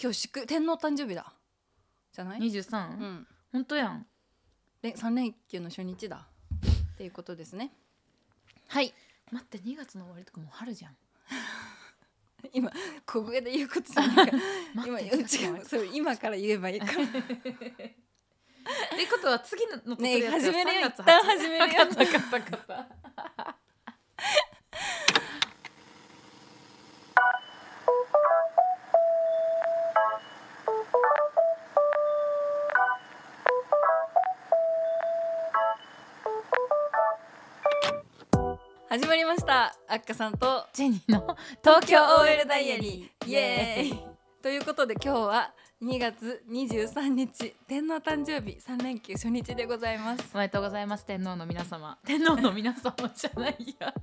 今日祝天皇誕生日だじゃない、二十三う。ん、本当やん。れ3連休の初日だっていうことですねはい待って二月の終わりとかもう 春じゃん。今小声で言うことじゃないから待 今っ違て。二月の終わうそう今から言えばいいからりってことは次ののねえ始めるよ一旦始めるよよ。分かった分かった分かった。 始まりましたあっかさんとジェニーの東京 OL ダイアリーイエーイということで今日は2月23日天皇誕生日3連休初日でございますおめでとうございます天皇の皆様天皇の皆様じ ゃないや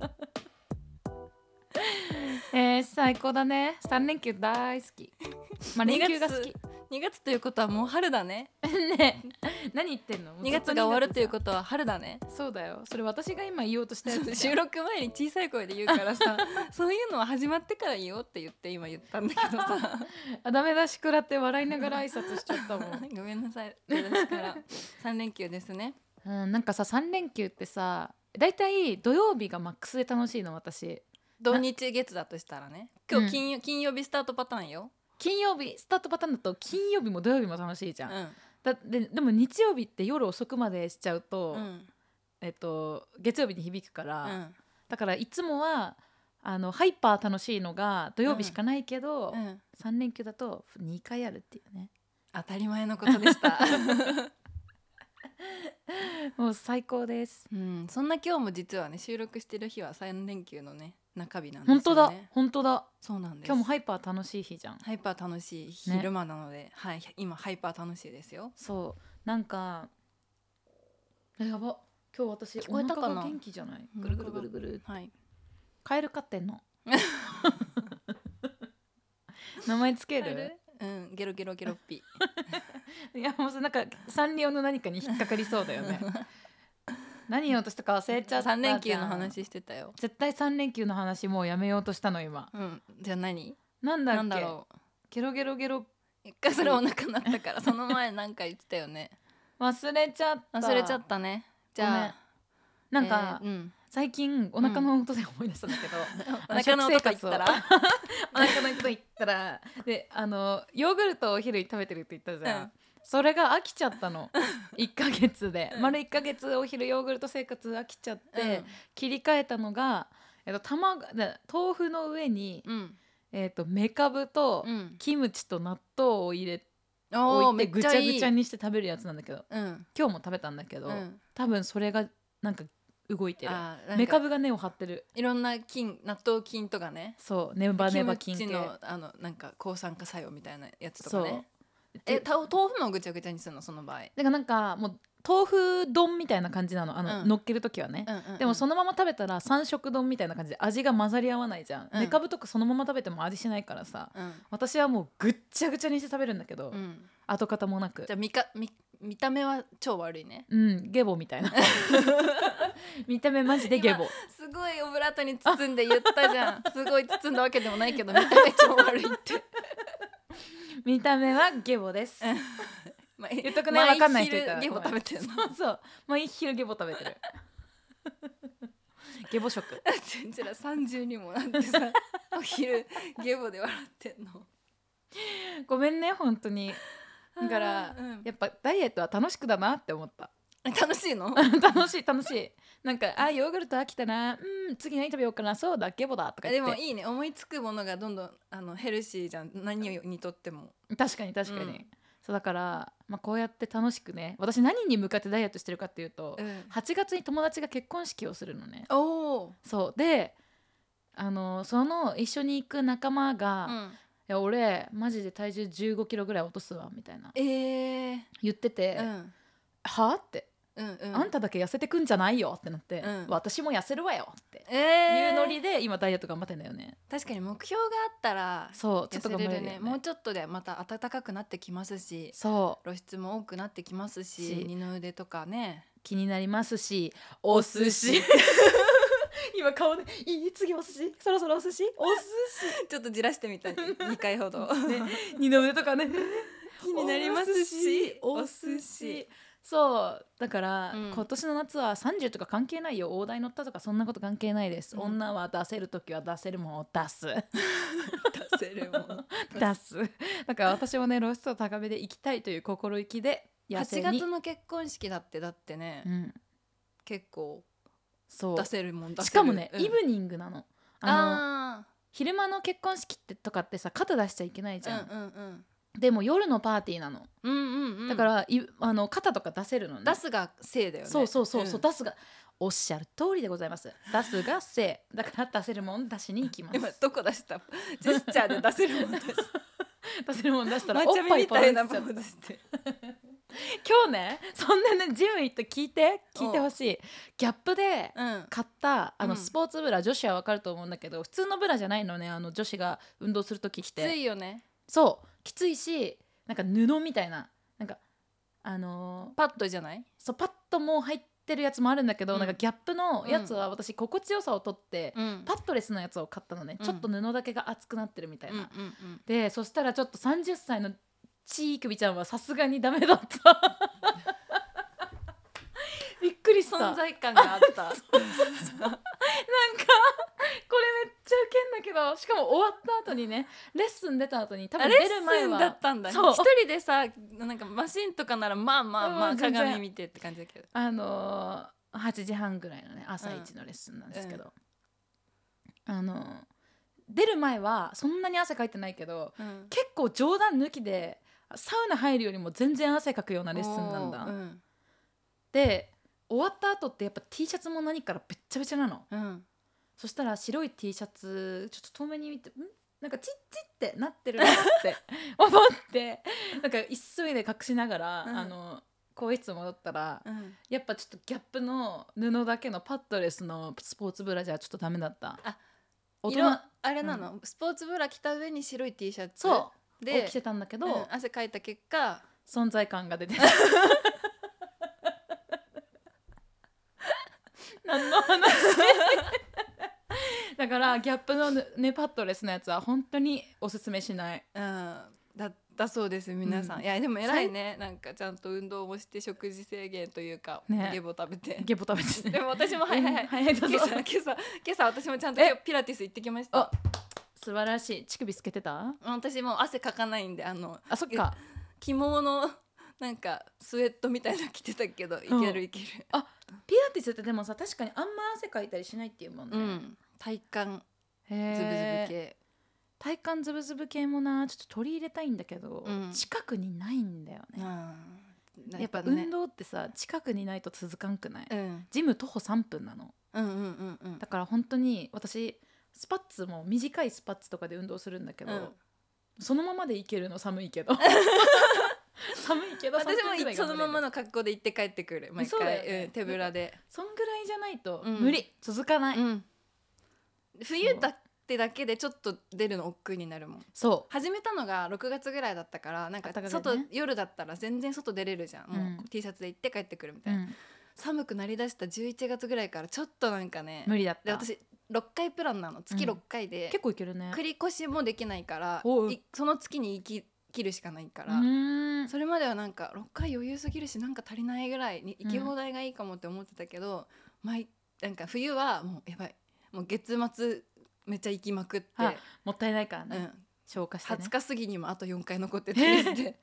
えー、最高だね三連休大好きまあ連休が好 き2月ということはもう春だねね何言ってんの2月が終わるということとは春だねそうだよそれ私が今言おうとしたやつじゃ収ん録前に小さい声で言うから さそういうのは始まってから言おうって言って今言ったんだけどさあダメ出し食らって笑いながら挨拶しちゃったもん ごめんなさい私から3連休ですね うんなんかさ三連休ってさだいたい土曜日がマックスで楽しいの私土日月だとしたらね今日金曜,、金曜日スタートパターンよ、金曜日スタートパターンだと金曜日も土曜日も楽しいじうゃん、んだででも日曜日って夜遅くまでしちゃうと、うんえっと、月曜日に響くから、うんだからいつもはあのハイパー楽しいのが土曜日しかないけど、うん、三3連休だと2回あるっていうね当たり前のことで した、もう最高ですうん、そんな今日も実はね収録してる日は3連休のね中日なんですよ本ね当だ本当だそうなんです今日もハイパー楽しい日じゃんハイパー楽しいね昼間なので、はい今ハイパー楽しいですよそうなんかえやば今日私聞こえたかなお腹が元気じゃないぐるぐるぐるぐるはいカエル飼ってんの 名前つけカエるルうんゲロゲロゲロッピいやもうそれなんかサンリオの何かに引っかかりそうだよ ね何言おうとしたか忘れちゃったじゃん三連休の話してたよ絶対3連休の話もうやめようとしたの今うんじゃあ何なんだっけなんだろうゲロゲロゲロ一回それお腹鳴ったからその前なんか言ってたよ ね忘れちゃった忘れちゃったねじゃあなんか、えー うん最近お腹の音で思い出したんだけど、お腹の音とか言ったらお腹の音言ったらであのヨーグルトをお昼に食べてるって言ったじゃん、うんそれが飽きちゃったの1ヶ月で、丸1ヶ月お昼ヨーグルト生活飽きちゃって、切り替えたのが、えっと、卵で豆腐の上に、うんえっと、めかぶとうんキムチと納豆を入れうんおー置いてめぐっちちゃゃぐいいちゃにして食べるやつなんだけどうん今日も食べたんだけど、うん多分それがなんか動いてるあーなんめかかぶが根を張ってるいろんな菌納豆菌とかねそうネバネバ菌キ系ムチのあのなんか抗酸化作用みたいなやつとそかうねでえた豆腐もぐちゃぐちゃにするのその場合だからなんかもう豆腐丼みたいな感じなのあの、うん乗っける時はね、でもそののまま食べたら三色丼みたいな感じで味が混ざり合わないじゃん、うんめかぶとかそのまま食べても味しないからさうん私はもうぐっちゃぐちゃにして食べるんだけど、うん跡形もなくじゃあ見か見見た目は超悪いねうんゲボみ たいな見た目マジでゲボすごいオブラートに包んで言ったじゃ んすごい包んだわけでもないけど見た目超悪いって、見た目はゲボですまあ、言っとくねわかんない人いたら毎昼ゲボ食べてるの そう毎昼ゲボ食べ てるゲボ食うちら30にもなって さお昼ゲボで笑ってんのごめんね本当にだからあーうんやっぱダイエットは楽しくだなって思ったえ楽しいの 楽しい楽しいなんかあヨーグルト飽きたなうん次何食べようかなそうだゲボだとかえで言ってもいいね思いつくものがどんどんあのヘルシーじゃん何にとっても確かに確かに、うんそうだから、まあ、こうやって楽しくね私何に向かってダイエットしてるかっていうと、うん8月に友達が結婚式をするのねおおそうであのその一緒に行く仲間が「いや俺マジで体重1 5キロぐらい落とすわ」みたいなえー言ってて「うんはあ?」って、うんうんあんただけ痩せてくんじゃないよ」ってなって「うん私も痩せるわよ」ってえいうーノリで今ダイエット頑張ってんだよね確かに目標があったらそうち痩ょっとせ頑れ張れるるよねねもうちょっとでまた暖かくなってきますしそう露出も多くなってきますしし二の腕とかね気になりますしお寿司 今顔で「いい次お寿司そろそろお寿司お寿 ちょっとじらしてみ た2回ほど司」ね二度目とか ね気になりますしお寿司そうだから、うん今年の夏は30とか関係ないよ大台乗ったとかそんなこと関係ないです、うん女は出せる時は出せるものを出 す出せるも ん出すだから私もね露出を高めで行きたいという心意気で野生8に月の結婚式だってだってね、うん、結構そう出せるもん出せるしかもね、うんイブニングなのあのあ昼間の結婚式ってとかってさ肩出しちゃいけないじーゃん、うんうんでも夜のパーティーなの、うんうんうんだからいあの肩とか出せるのね出すがせいだよねそうそうそうそう、ん出すがおっしゃる通りでございます出すがせいだから出せるもん出しに行きます今どこ出したジェスチャーで出せるもん出した出せるもん出したら抹 おっ茶ぱみいパたラいンなっポちゃったーズして今日ねそんなねジム行って聞いて聞いてほしいギャップでうん買ったあうのんスポーツブラ、女子はわかると思うんだけど普通のブラじゃないのねあの女子が運動する時着きつていよねそうきついしなんか布みたいななんかあのーパッドじゃないそうパッともう入ってるやつもあるんだけど、うんなんかギャップのやつは私心地よさをとって、うんパッドレスのやつを買ったのね、うんちょっと布だけが厚くなってるみたいな、うんうんうんでそしたらちょっと30歳のちいくびちゃんはさすがにダメだった びっくりした存在感があったなんかこれめっちゃウケんだけどしかも終わった後にねレッスン出た後に多あ分レ出ッる前スンはだったんだそう一人でさなんかマシンとかならまあまあまうあん全然鏡見てって感じだけどあのー、8時半ぐらいのね朝一のレッスンなんですけど、あのー出る前はそんなに汗かいてないけどうん結構冗談抜きでサウナ入るよりも全然汗かくようなレッスンなんだ、おーうんで終わった後ってやっぱ T シャツも何からべっちゃべちゃなのうんそしたら白い T シャツちょっと遠目に見てんなんかチッチってなってるなって 思ってなんか急いで隠しながら、うんあの更衣室戻ったら、うんやっぱちょっとギャップの布だけのパッドレスのスポーツブラじゃちょっとダメだったあ大人色あれなの、スポーツブラ着た上に白い T シャツそでを着てたんだけど、うん汗かいた結果存在感が出 て何の話だからギャップのねパッドレスのやつは本当におすすめしないうんだったそうです皆さん、うんいやでも偉いねなんかちゃんと運動もして食事制限というか、ねゲボ食べてゲボ食べてね でも私もはいはいはいはいはいどう今ぞ朝今朝今朝私もちゃんと今日ピラティス行ってきましたあ素晴らしい乳首つけてた私もう汗かかないんであのあそっか起毛の なんかスウェットみたいなの着てたけどいけるいけるピラティスってでもさ確かにあんま汗かいたりしないっていうもんね、うん体幹ズブズブへー系体感ズブズブ系もなちょっと取り入れたいんだけど、うん近くにないんだよね、うんやっぱ運動ってさ近くにないと続かんくない、うんジム徒歩3分なのうんうんうんうんだから本当に私スパッツも短いスパッツとかで運動するんだけど、うんそのままでいけるの寒い けど寒いけど私もいそのままのの格好で行って帰ってくる毎そうだよ回、ねうん、手ぶらで、そんぐらいじゃないとうん無理、続かない、うん、冬だってだけでちょっと出るの億劫になるもんそ始めたのが6月ぐらいだったからなんか暖かくね外、夜だったら全然外出れるじゃん、もうんう T シャツで行って帰ってくるみう、たいな、うん寒くなりだした11月ぐらいからちょっとなんかね無理だったで私6回プランなの月うん6回で結、構いけるね繰り越しもできないからおういその月に生き切るしかないかうら、ーんそれまではなんか6回余裕すぎるしなんか足りないぐらいにうん行き放題がいいかもって思ってたけど、毎なんか冬はもうやばいもう月末めっちゃ行きまくって、あもったいないからうね、ん、消化してね20日過ぎにもあと4回残ってたりして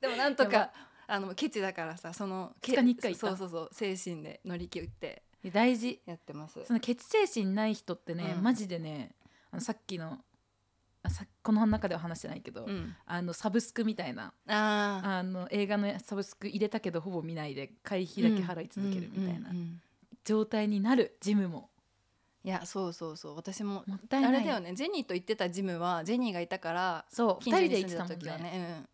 でもなんとやばかあのケチだからさそのけ二日に一回行ったそうそうそう精神で乗り切っていや大事やってます。その血精神ない人ってね、うんマジでねあのさっきのあさこの中では話してないけど、うん、あのサブスクみたいなあああの映画のサブスク入れたけどほぼ見ないで会費だけ払い続けるみたいなうんうんうん状態になるジムもいやそうそうそう私ももったいなあいれだよねジェニーと行ってたジムはジェニーがいたからそう近2所人にで住行んっでてたたもん時ねはねうん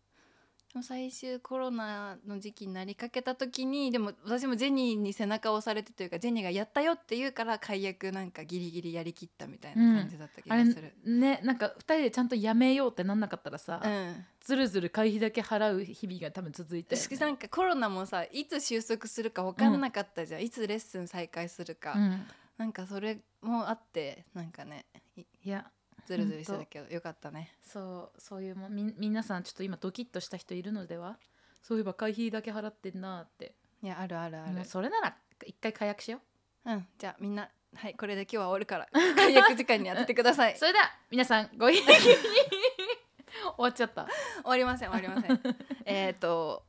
でも最終コロナの時期になりかけた時にでも私もジェニーに背中を押されてというかジェニーがやったよって言うから解約なんかギリギリやりきったみたいな感じだった気あがれする、ねなんか2人でちゃんとやめようってなんなかったらさ、うんずるずる会費だけ払う日々が多分続いて、しなんかコロナもさいつ収束するか分かんなかったじゃん、いつレッスン再開するか、うんなんかそれもあってなんかねいやズルズルしてたけどよかったねそうそういうもんみ皆さんちょっと今ドキッとした人いるのではそういえば会費だけ払ってんなーっていやあるあるあるもうそれなら一回解約しよううんじゃあみんなはいこれで今日は終わるから 解約時間に当ててくださいそれでは皆さんご意見に 終わっちゃった終わりません終わりません えっと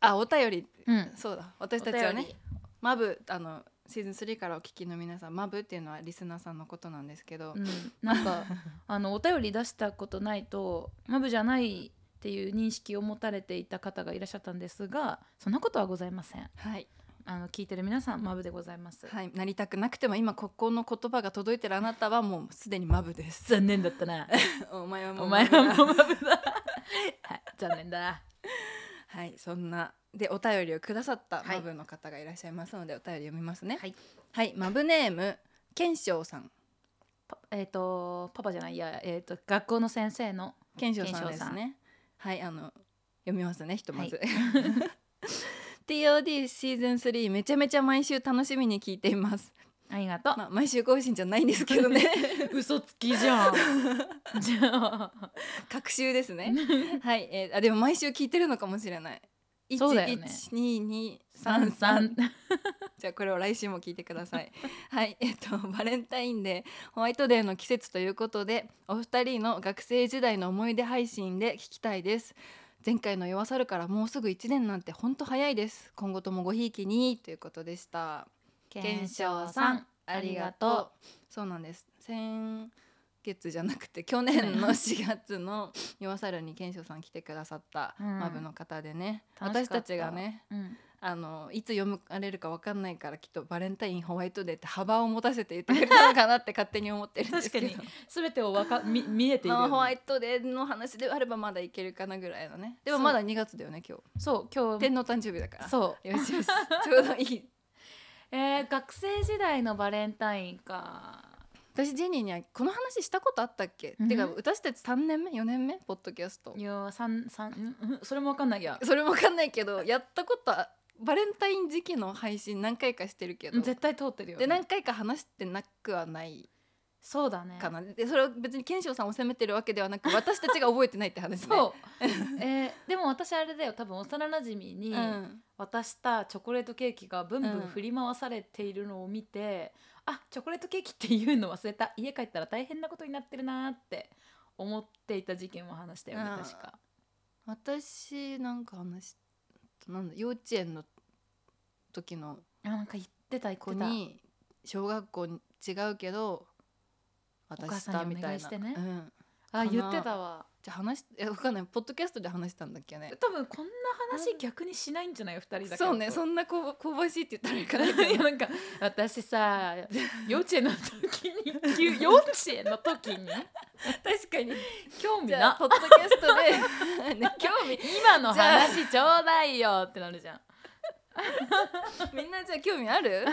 あお便りうんそうだ私たちはおね便りマブあのシーズン3からお聞きの皆さんマブっていうのはリスナーさんのことなんですけど、うん、な んかあのお便り出したことないとマブじゃないっていう認識を持たれていた方がいらっしゃったんですがそんなことはございませんはい、あの聞いてる皆さんマブでございます、はい、なりたくなくても今ここの言葉が届いてるあなたはもうすでにマブ です。残念だったなお前 はもおう前マブはだもうマブだ はい残念だはい、そんなでお便りをくださったはマいブの方がいらっしゃいますので、お便り読みますね。はい、はい、マブネーム健翔さん、パえっ、とパパじゃないいやえっ、と学校の先生の健翔さん賢章でさんすね。はい、あの読みますね、ひとまず。は TOD シーズン3めちゃめちゃ毎週楽しみに聞いています。ありがとう、まあ毎週更新じゃないんですけど ね。嘘つきじゃん じゃあ隔週ですね。はい、えー、あでも毎週聞いてるのかもしれない。一そうだよね一二二三33三。じゃあこれを来週も聞いてください。 はい、えっとバレンタインデー、ホワイトデーの季節ということで、お二人の学生時代の思い出配信で聞きたいです。前回の弱さるからもうすぐ一年なんて本当早いです。今後ともごひいきにということでした。賢翔章さんあありりががととううそうなんです先月じゃなくて去年の4月の「夜さる」に賢秀さん来てくださったうんマブの方でね、楽し私かったたちがねうんあのいつ読むられるか分かんないからきっとバレンタインホワイトデーって幅を持たせて言ってくれたのかなって勝手に思ってるんですけど確か全てをわかみ見えているまよあ、ねホワイトデーの話であればまだいけるかなぐらいのねでもそうまだ2月だよね今日そう今日天皇誕生日だからそうよしよしちょうどいいえー、学生時代のバレンタインか私ジェニーにはこの話したことあったっけ、うんてか私たち3年目4年目ポッドキャストいや三三んんそれもわかんないやそれも分かんないけどやったことあバレンタイン時期の配信何回かしてるけど絶対通ってるよ、でね、何回か話してなくはないそうだねかな、でそれを別に賢秀さんを責めてるわけではな く私たちが覚えてないって話ね そうえー、でも私あれだよ多分幼なじみにうん渡したチョコレートケーキがブンブンうん振り回されているのを見て、あチョコレートケーキっていうの忘れた家帰ったら大変なことになってるなーって思っていた事件を話したよねあー確か私なんか話しなんだ幼稚園の時のあなんか言ってた言って子たに小学校に違うけど渡したみたいな、お母さんにお願いしてねうんあかな言ってたわじゃあ話しえわかんないポッドキャストで話したんだっけね多分こんな話逆にしないんじゃない2人だけだとそうねそんなこう香ばしいって言った らいいか いなやなんか私さ幼稚園の時に 急幼稚園の時に確かに興味じゃあなポッドキャスト で、ね、 興味今の話ちょうだいよってなるじゃんみんなじゃあ興味あ る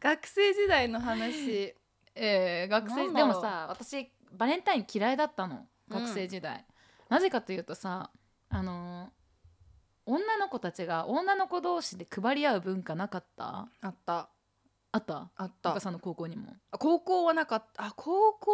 学生時代の話えー、学なんだろ生うでもさ私バレンタイン嫌いだったのうん学生時代、なぜかというとさあのー女の子たちが女の子同士で配り合う文化なかったあったあったあっおた母さんの高校にもあ高校はなかったあ高校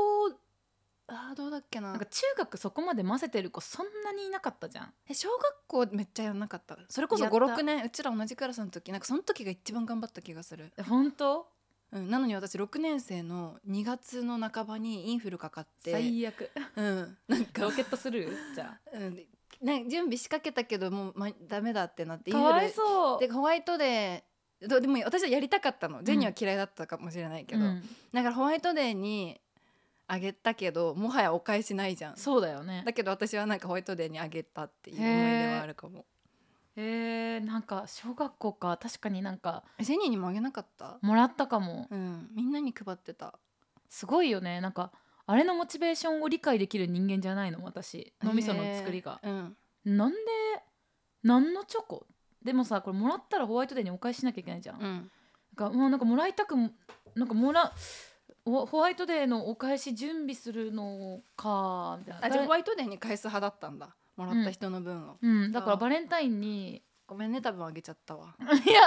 あどうだっけななんか中学そこまで混ぜてる子そんなにいなかったじゃんえ小学校めっちゃやんなかったそれこそやった56年うちら同じクラスの時なんかその時が一番頑張った気がする、本当うん、なのに私6年生の2月の半ばにインフルかかって最悪うん、なんかロケットするじ ゃうん、ね準備仕掛けたけどもう、ま、ダメだってなってあかわいインフそうルでホワイトデーどでも私はやりたかったのジェニーは嫌いだったかもしれないけど、うんだからホワイトデーにあげたけどもはやお返しないじゃんそうだよねだけど私はなんかホワイトデーにあげたっていう思いへー出はあるかもえー、なんか小学校か確かになんかジェニーにもあげなかったもらったかも、うんみんなに配ってたすごいよねなんかあれのモチベーションを理解できる人間じゃないの私脳みその作りが、へーうんなんで何のチョコでもさこれもらったらホワイトデーにお返ししなきゃいけないじゃん、うなんんかもうなんかもらいたくもなんかもらホホワイトデーのお返し準備するのかみたいなあじゃあだホワイトデーに返す派だったんだもらった人の分を、 うん、だからバレンタインにごめんね多分あげちゃったわ、いや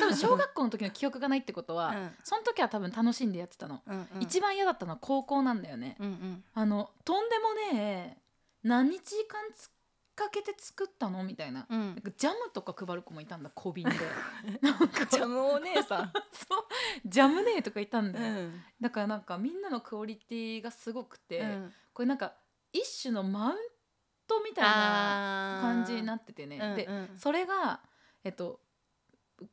多分小学校の時の記憶がないってことは、うんその時は多分楽しんでやってたの、うんうん、一番嫌だったのは高校なんだよね、うんうんあのとんでもねえ何日間つかけて作ったのみたいな,、う なんんかジャムとか配る子もいたんだ小 瓶でなんかジャムお姉さん、そうジャムねえとかいたん だうよ、んだからなんかみんなのクオリティがすごくて、うん、これなんか一種のマウントみたいな感感じになっててね、うんうん、でそれがえっと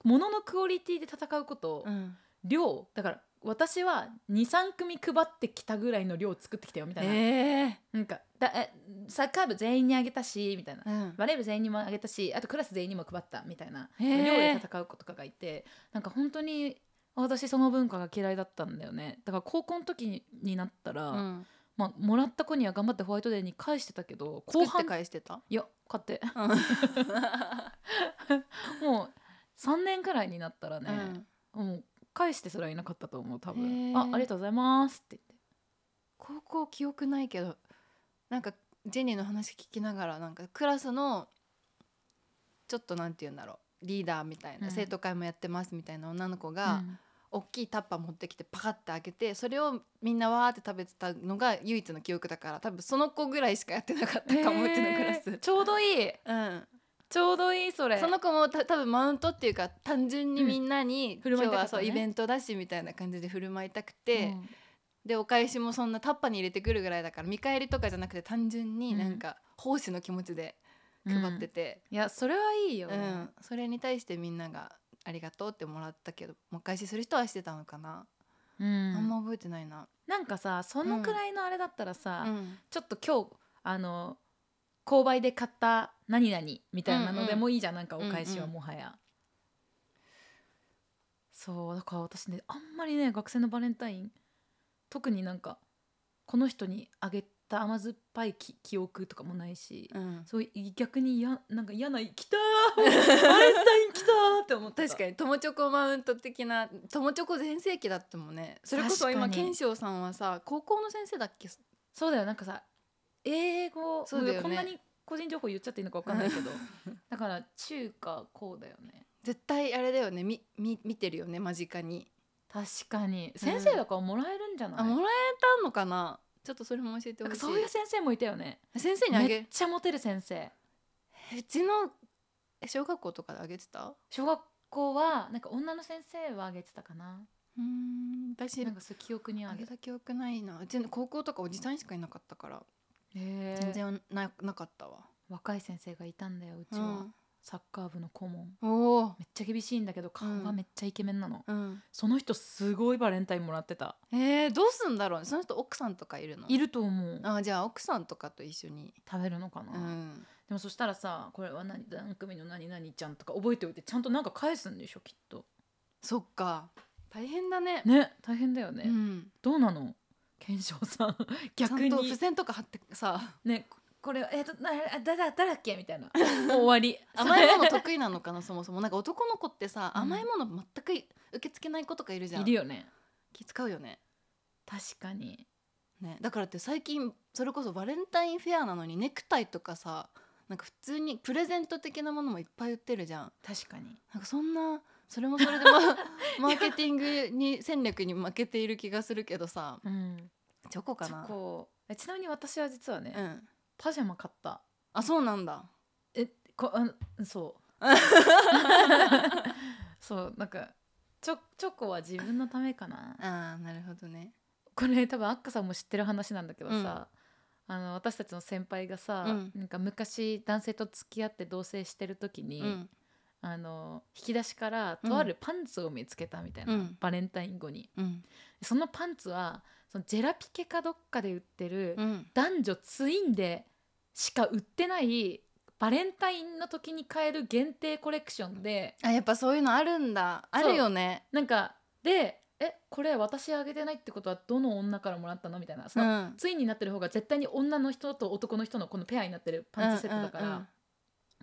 もののクオリティで戦うことを、うん量だから私は23組配ってきたぐらいの量を作ってきたよみたいな、えなんかだえサッカー部全員にあげたしみたいなーうんバレー部全員にもあげたしあとクラス全員にも配ったみたいな、へー寮で戦う子とかがいてなんか本当に私その文化が嫌いだったんだよねだから高校の時にになったら、うん、まあ、もらった子には頑張ってホワイトデーに返してたけど後作って半返してた、いや買って うん もう3年くらいになったらうね、ん、もう返してすらいなかったと思う多分へーあありがとうございますって言って。高校記憶ないけどなんかジェニーの話聞きながらなんかクラスのちょっとなんて言うんだろうリーダーみたいな、うん生徒会もやってますみたいな女の子うが、ん大きいタッパー持ってきてパカッて開けてそれをみんなわーって食べてたのが唯一の記憶だから多分その子ぐらいしかやってなかったかもうちのクラへース。ちょうどいいうん、ちょうどいいそれその子もた多分マウントっていうか単純にみんなに、うん振る舞い今日たかはったそのうねイベントだしみたいな感じで振る舞いたくて、うんでお返しもそんなタッパーに入れてくるぐらいだから見返りとかじゃなくて単純になんか奉仕の気持ちで配ってて、いやそれはいいうんよ、それに対してみんなが「ありがとう」ってもらったけどもうお返しする人はしてたのかな、うんあんま覚えてないな。なんかさそのくらいのあれだったらさ、うんちょっと今日あの購買で買った何々みたいなうんうのんでもいいじゃん、なんかお返しはうんうんもはや、そうだから私ねあんまりね学生のバレンタイン特になんかこの人にあげた甘酸っぱいき記憶とかもないし、うんそうい逆にやなんか嫌な来た ーバレンタイン来たーって思った確かに友チョコマウント的な友チョコ全盛期だったもんねそれこそ今確かに賢秀さんはさ高校の先生だっけそうだよなんかさ英語そうだよねこんなに個人情報言っちゃっていいのかわかんないけ どだから中華こうだよね絶対あれだよねみみ見てるよね間近に確かに先生だからもらえるんじゃない、あもらえたのかなちょっとそれも教えてなほんしかいそういう先生もいたよね先生にあめっげちゃモテる先生うちのえ小学校とかであげてた小学校はなんか女の先生はあげてたかなうん私なんかそういう記憶にああるげた記憶ないなうちの高校とかおじさんしかいなかったからへ全え然ななかったわ若い先生がいたんだようちうは、んサッカー部の顧問おおめっちゃ厳しいんだけど顔がめっちゃイケメンなの、うんその人すごいバレンタインもらってたえー、どうすんだろうその人奥さんとかいるのいると思うあじゃあ奥さんとかと一緒に食べるのかな、うんでもそしたらさこれは何何組の何々ちゃんとか覚えておいてちゃんとなんか返すんでしょきっとそっか大変だねね大変だよね、うんどうなの 検証さん逆ちゃんとに付箋とか貼って さねここれえっとなあだだだらっけみ たいなもう終わり甘いものそ得意なのかなそもそもなんか男の子ってさ、うん甘いもの全く受け付けない子とかいるじれゃんいるよね気使うよね確かにねだからって最近それこそバレンタインフェアなのにネクタイとかさなんか普通にプレゼント的なものもいっぱい売ってるじゃん確かになんかそんなそれもそれ で、ま、マーケティングに戦略に負けている気がするけどさうんチョコかチなョコえちなみに私は実はね、うんパジャマ買ったあそうなんだえこあのそう そうなんかチョチョコは自分のためかなあーなるほどねこれ多分アッカさんも知ってる話なんだけどさ、あの私たちの先輩がさ、うんなんか昔男性と付き合って同棲してる時に、うんあの引き出しからとあるパンツを見つけたみたいな、うんバレンタイン後にうんそのパンツはそのジェラピケかどっかで売ってる、うん男女ツインでしか売ってないバレンタインの時に買える限定コレクションであやっぱそういうのあるんだあそうるよねなんかでえこれ私あげてないってことはどの女からもらったのみたいなそのんツインになってる方が絶対に女の人と男の人のこのペアになってるパンツセットだから、うんうんうん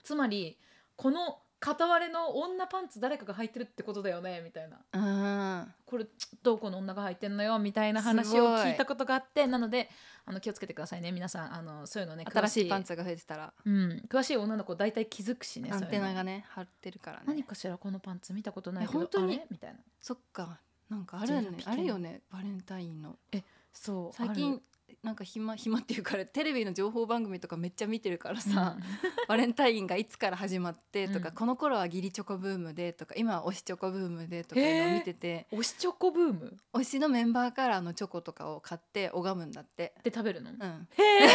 つまりこの片割れの女パンツ誰かが履いてるってことだよねみたいなうんこれどこの女が履いてんのよみたいな話を聞いたことがあってなのであの気をつけてくださいね皆さんあのそういうのね新し詳いパンツが増えてたらうん、詳しい女の子大体気づくしねアンテナそういうのがね張ってるから何ねかしらこのパンツ見たことないけえど本当にあれみたいなそっかなんかあるよね JRPK あるよねバレンタインのそう最あ近るなんか暇 暇っていうからテレビの情報番組とかめっちゃ見てるからうんさ、 バレンタインがいつから始まってとか、うんこの頃は義理チョコブームでとか今は推しチョコブームでとかへーいうのを見てて推しチョコブーム推しのメンバーからのチョコとかを買って拝むんだって、で食べ るの、うん、へえ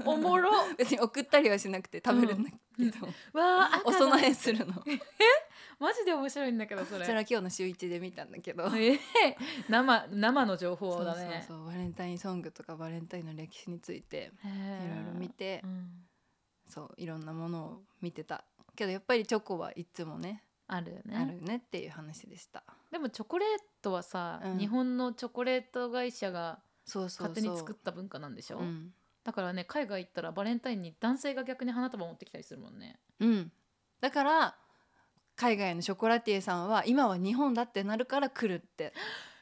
おもろわ 別に送ったりはしなくて食べるんだけど、あ お供えする のマジで面白いんだけどそれそれは今日の週一で見たんだけど。ええ生生の情報だねそうそうそうバレンタインソングとかバレンタインの歴史についていろへえいろ見て、うんそういろんなものを見てたけどやっぱりチョコはいつもねあるよねあるよねっていう話でしたでもチョコレートはさ、うん日本のチョコレート会社がそうそうそう勝手に作った文化なんでしょうん、だからね海外行ったらバレンタインに男性が逆に花束持ってきたりするもんねうん、だから海外のショコラティエさんは今は日本だってなるから来るって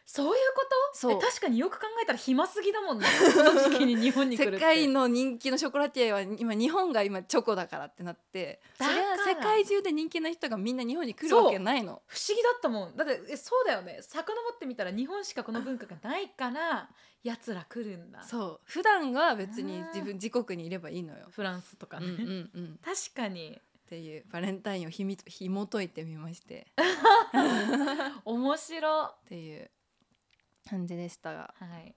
そういうことそうえ確かによく考えたら暇すぎだ もんねこの時期に日本に来るっ世て界の人気のショコラティエは今日本が今チョコだからってなってそだかられは世界中で人気な人がみんな日本に来るわけないの不思議だったもんだってえそうだよね遡ってみたら日本しかこの文化がないからやつら来るんだそう普段は別にあー自分自国にいればいいのよ、フランスとかうんね、うんうん、確かにっていうバレンタインをひみひも解いてみまして面白はっていう感じでしたがい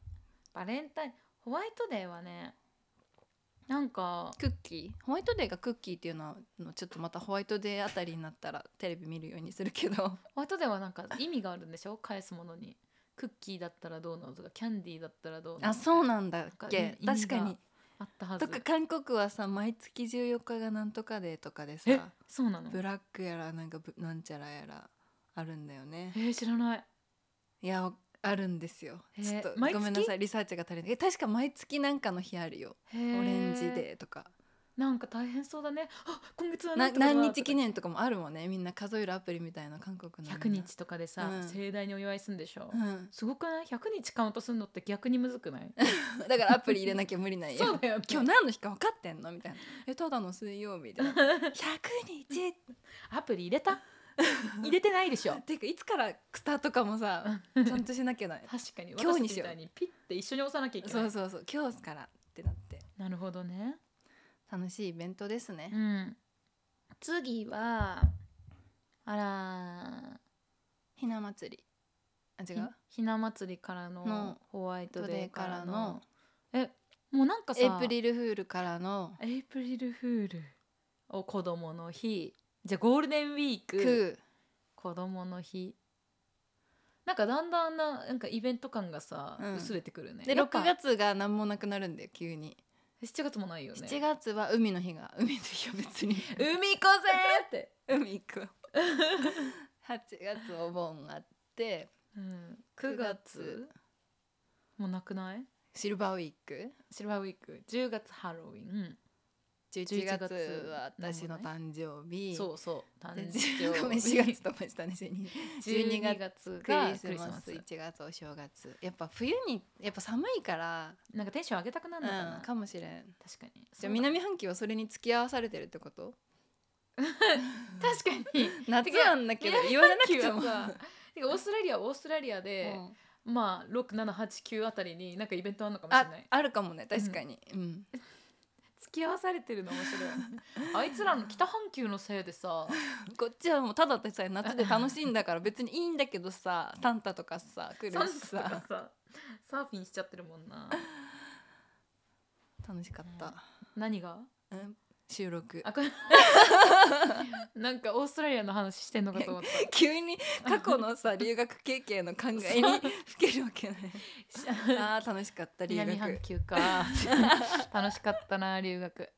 バレンタインホワイトデーはねなんかクッキーホワイトデーがクッキーっていうのはのちょっとまたホワイトデーあたりになったらテレビ見るようにするけどホワイトデーはなんか意味があるんでしょ返すものにクッキーだったらどうなのとかキャンディーだったらどうな のあそうなんだっなんかけ意確味かにあったはずとか韓国はさ毎月14日がなんとかデーとかでえさそうなのブラックやらなんかぶなんちゃらやらあるんだよねえー、知らないいやあるんですよへちょーっと毎ご月めんなさいリサーチが足りないえ確か毎月なんかの日あるよオオレンジデーとかなんか大変そうだねあ今月はななんとかだ何日記と念とかもあるもんねみんな数えるアプリみたいな韓国かの100日とかでさ、うん盛大にお祝いするんでしょ、うん、すごくない100日カウントするのって逆にむずくないだからアプリ入れなきゃ無理ないよそうだよね今日何の日か分かってんのみたいな「えただの水曜 日で100日!」アプリ入れた入れてないでしょっていうかいつからスタートかもさちゃんとしなきゃ ない確かに今日私にたしちみようたいにピッて一緒に押さなきゃいけそなういそうそう今日からってなってなるほどね楽しいイベントですね、うん次はあらひな祭りあ違うひひな祭りからののホワイトトデデーーかかららののえもうなんかさエイプリルフールからのエイプリルフールを子供の日じゃあゴールデンウィークク子供の日なんかだんだんななんかイベント感がさ、うん薄れてくるねーでやっぱ6月が何もなくなるんだよ急に、 7月もないよね7月は海の日が海の日は別に海行こうぜーって、 海行く わ8月お盆あってうん、9 9月月もうなくないシルバーウィークシルバーウィーク10月ハロウィン、 11 11月は私の誕生日、そうそう誕で生日ごめん4月 飛ばしたね12 12月月クがリスクリスママスス1月お正月やっぱ冬にやっぱ寒いから、なんかテンション上げたくなるのかな、うん、かもしれん確かにじゃあ南半球はそれに付き合わされてるって こと 確かに夏なんだけど言われなくても てかオーストラリアはオーストラリアで、うんまあ6789あたりになんかイベントあるのかもしあれないあるかもね確かに、うん付き合わされてるの面白い あいつらの北半球のせいでさこっちはもうただでさえ夏で楽しいんだから別にいいんだけど さサンタとかさ来サンるしタとかささサーフィンしちゃってるもんな楽しかった、何がうん、収録あこれ なんかオーストラリアの話してんのかと思った急に 過去のさ留学経験の考えにふけるわ けないあー楽しかった留南半学球か 楽しかったな留学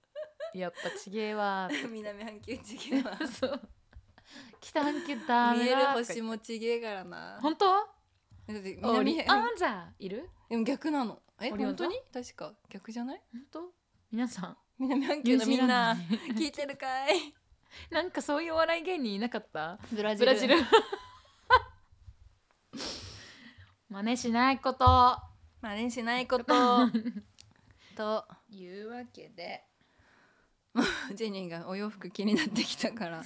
やっぱちげえわ南半球 ちげえわ そう北半球ダ見メえるだ星もちげえからな本当だってオ南リ半オンザいるでも逆なのえオリオン本座当に確か逆じゃない本当皆さん南半球のみんなニュージーランドに聞いてるかいなんかそういうお笑い芸人いなかったブラジブルラジ ル真似しないこと真似しない ことというわけで ジェニーがお洋服気になってきたから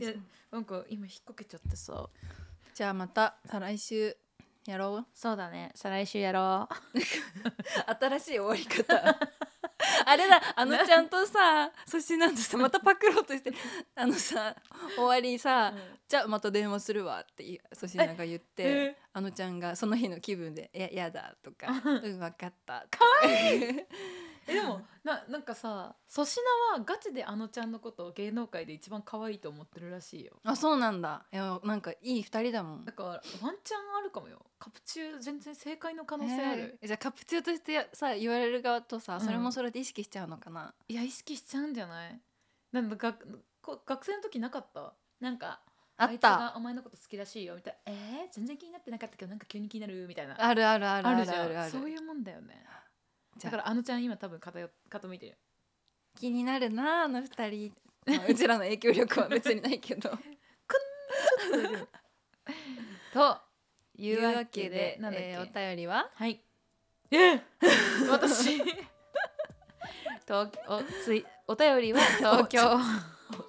いやなんか今引っ掛けちゃってさじゃあまた再来週やろうそうだね再来週やろう新しい終わり方 あれだあのちゃんとさ粗品とさまたパクろうと してあのさ終わりさ、じゃあまた電話するわってい粗品が言って、ええあのちゃんがその日の気分で「いややだ」とか「うん分かった」かえでもななんかさ粗品はガチであのちゃんのことを芸能界で一番可愛いと思ってるらしいよ あそうなんだいやなんかいい二人だもんだからワンチャンあるかもよカプチュー全然正解の可能性ある、えーじゃあカプチューとしてやさ言われる側とさうんそれもそれで意識しちゃうのかな、いや意識しちゃうんじゃないなんだ学こ学生の時なかったなんかあいっつたがお前のこと好きらしいよみたいなえー、全然気になってなかったけどなんか急に気になるみたいなあるあるあるああるるじゃんあるあるそういうもんだよねじゃだあからあのちゃん今多分偏っ傾いてる気になるなあの二人、まあうちらの影響力は別にないけ どといいううわわけけででなんだっけ、えーお便りははいえ私東おついお便りは東京ホ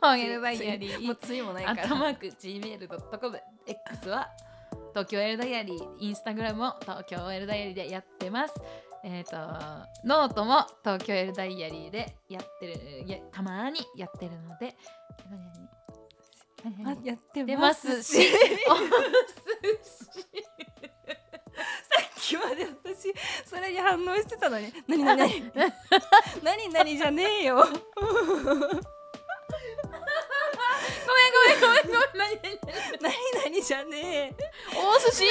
ールダイアリもうーついもないアからットマーク gmail.com X は東京 L ダイアリーインスタグラムも東京 L ダイアリーでやってますえっ、とノートも東京 L ダイアリーでやってるやたまにやってるので何々何あ々やって出まますすし しさっきまで私それに反応してたのに何何 何何何じゃねえよごめんごめんごめんごめん何々何何じゃねえ大寿司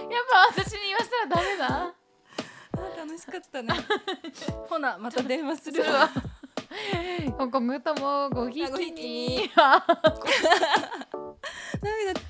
やっぱ私に言わせたらダメだあ楽しかった ねほなまた電話するそれわは 今後ともごひいきに あごひいきに涙出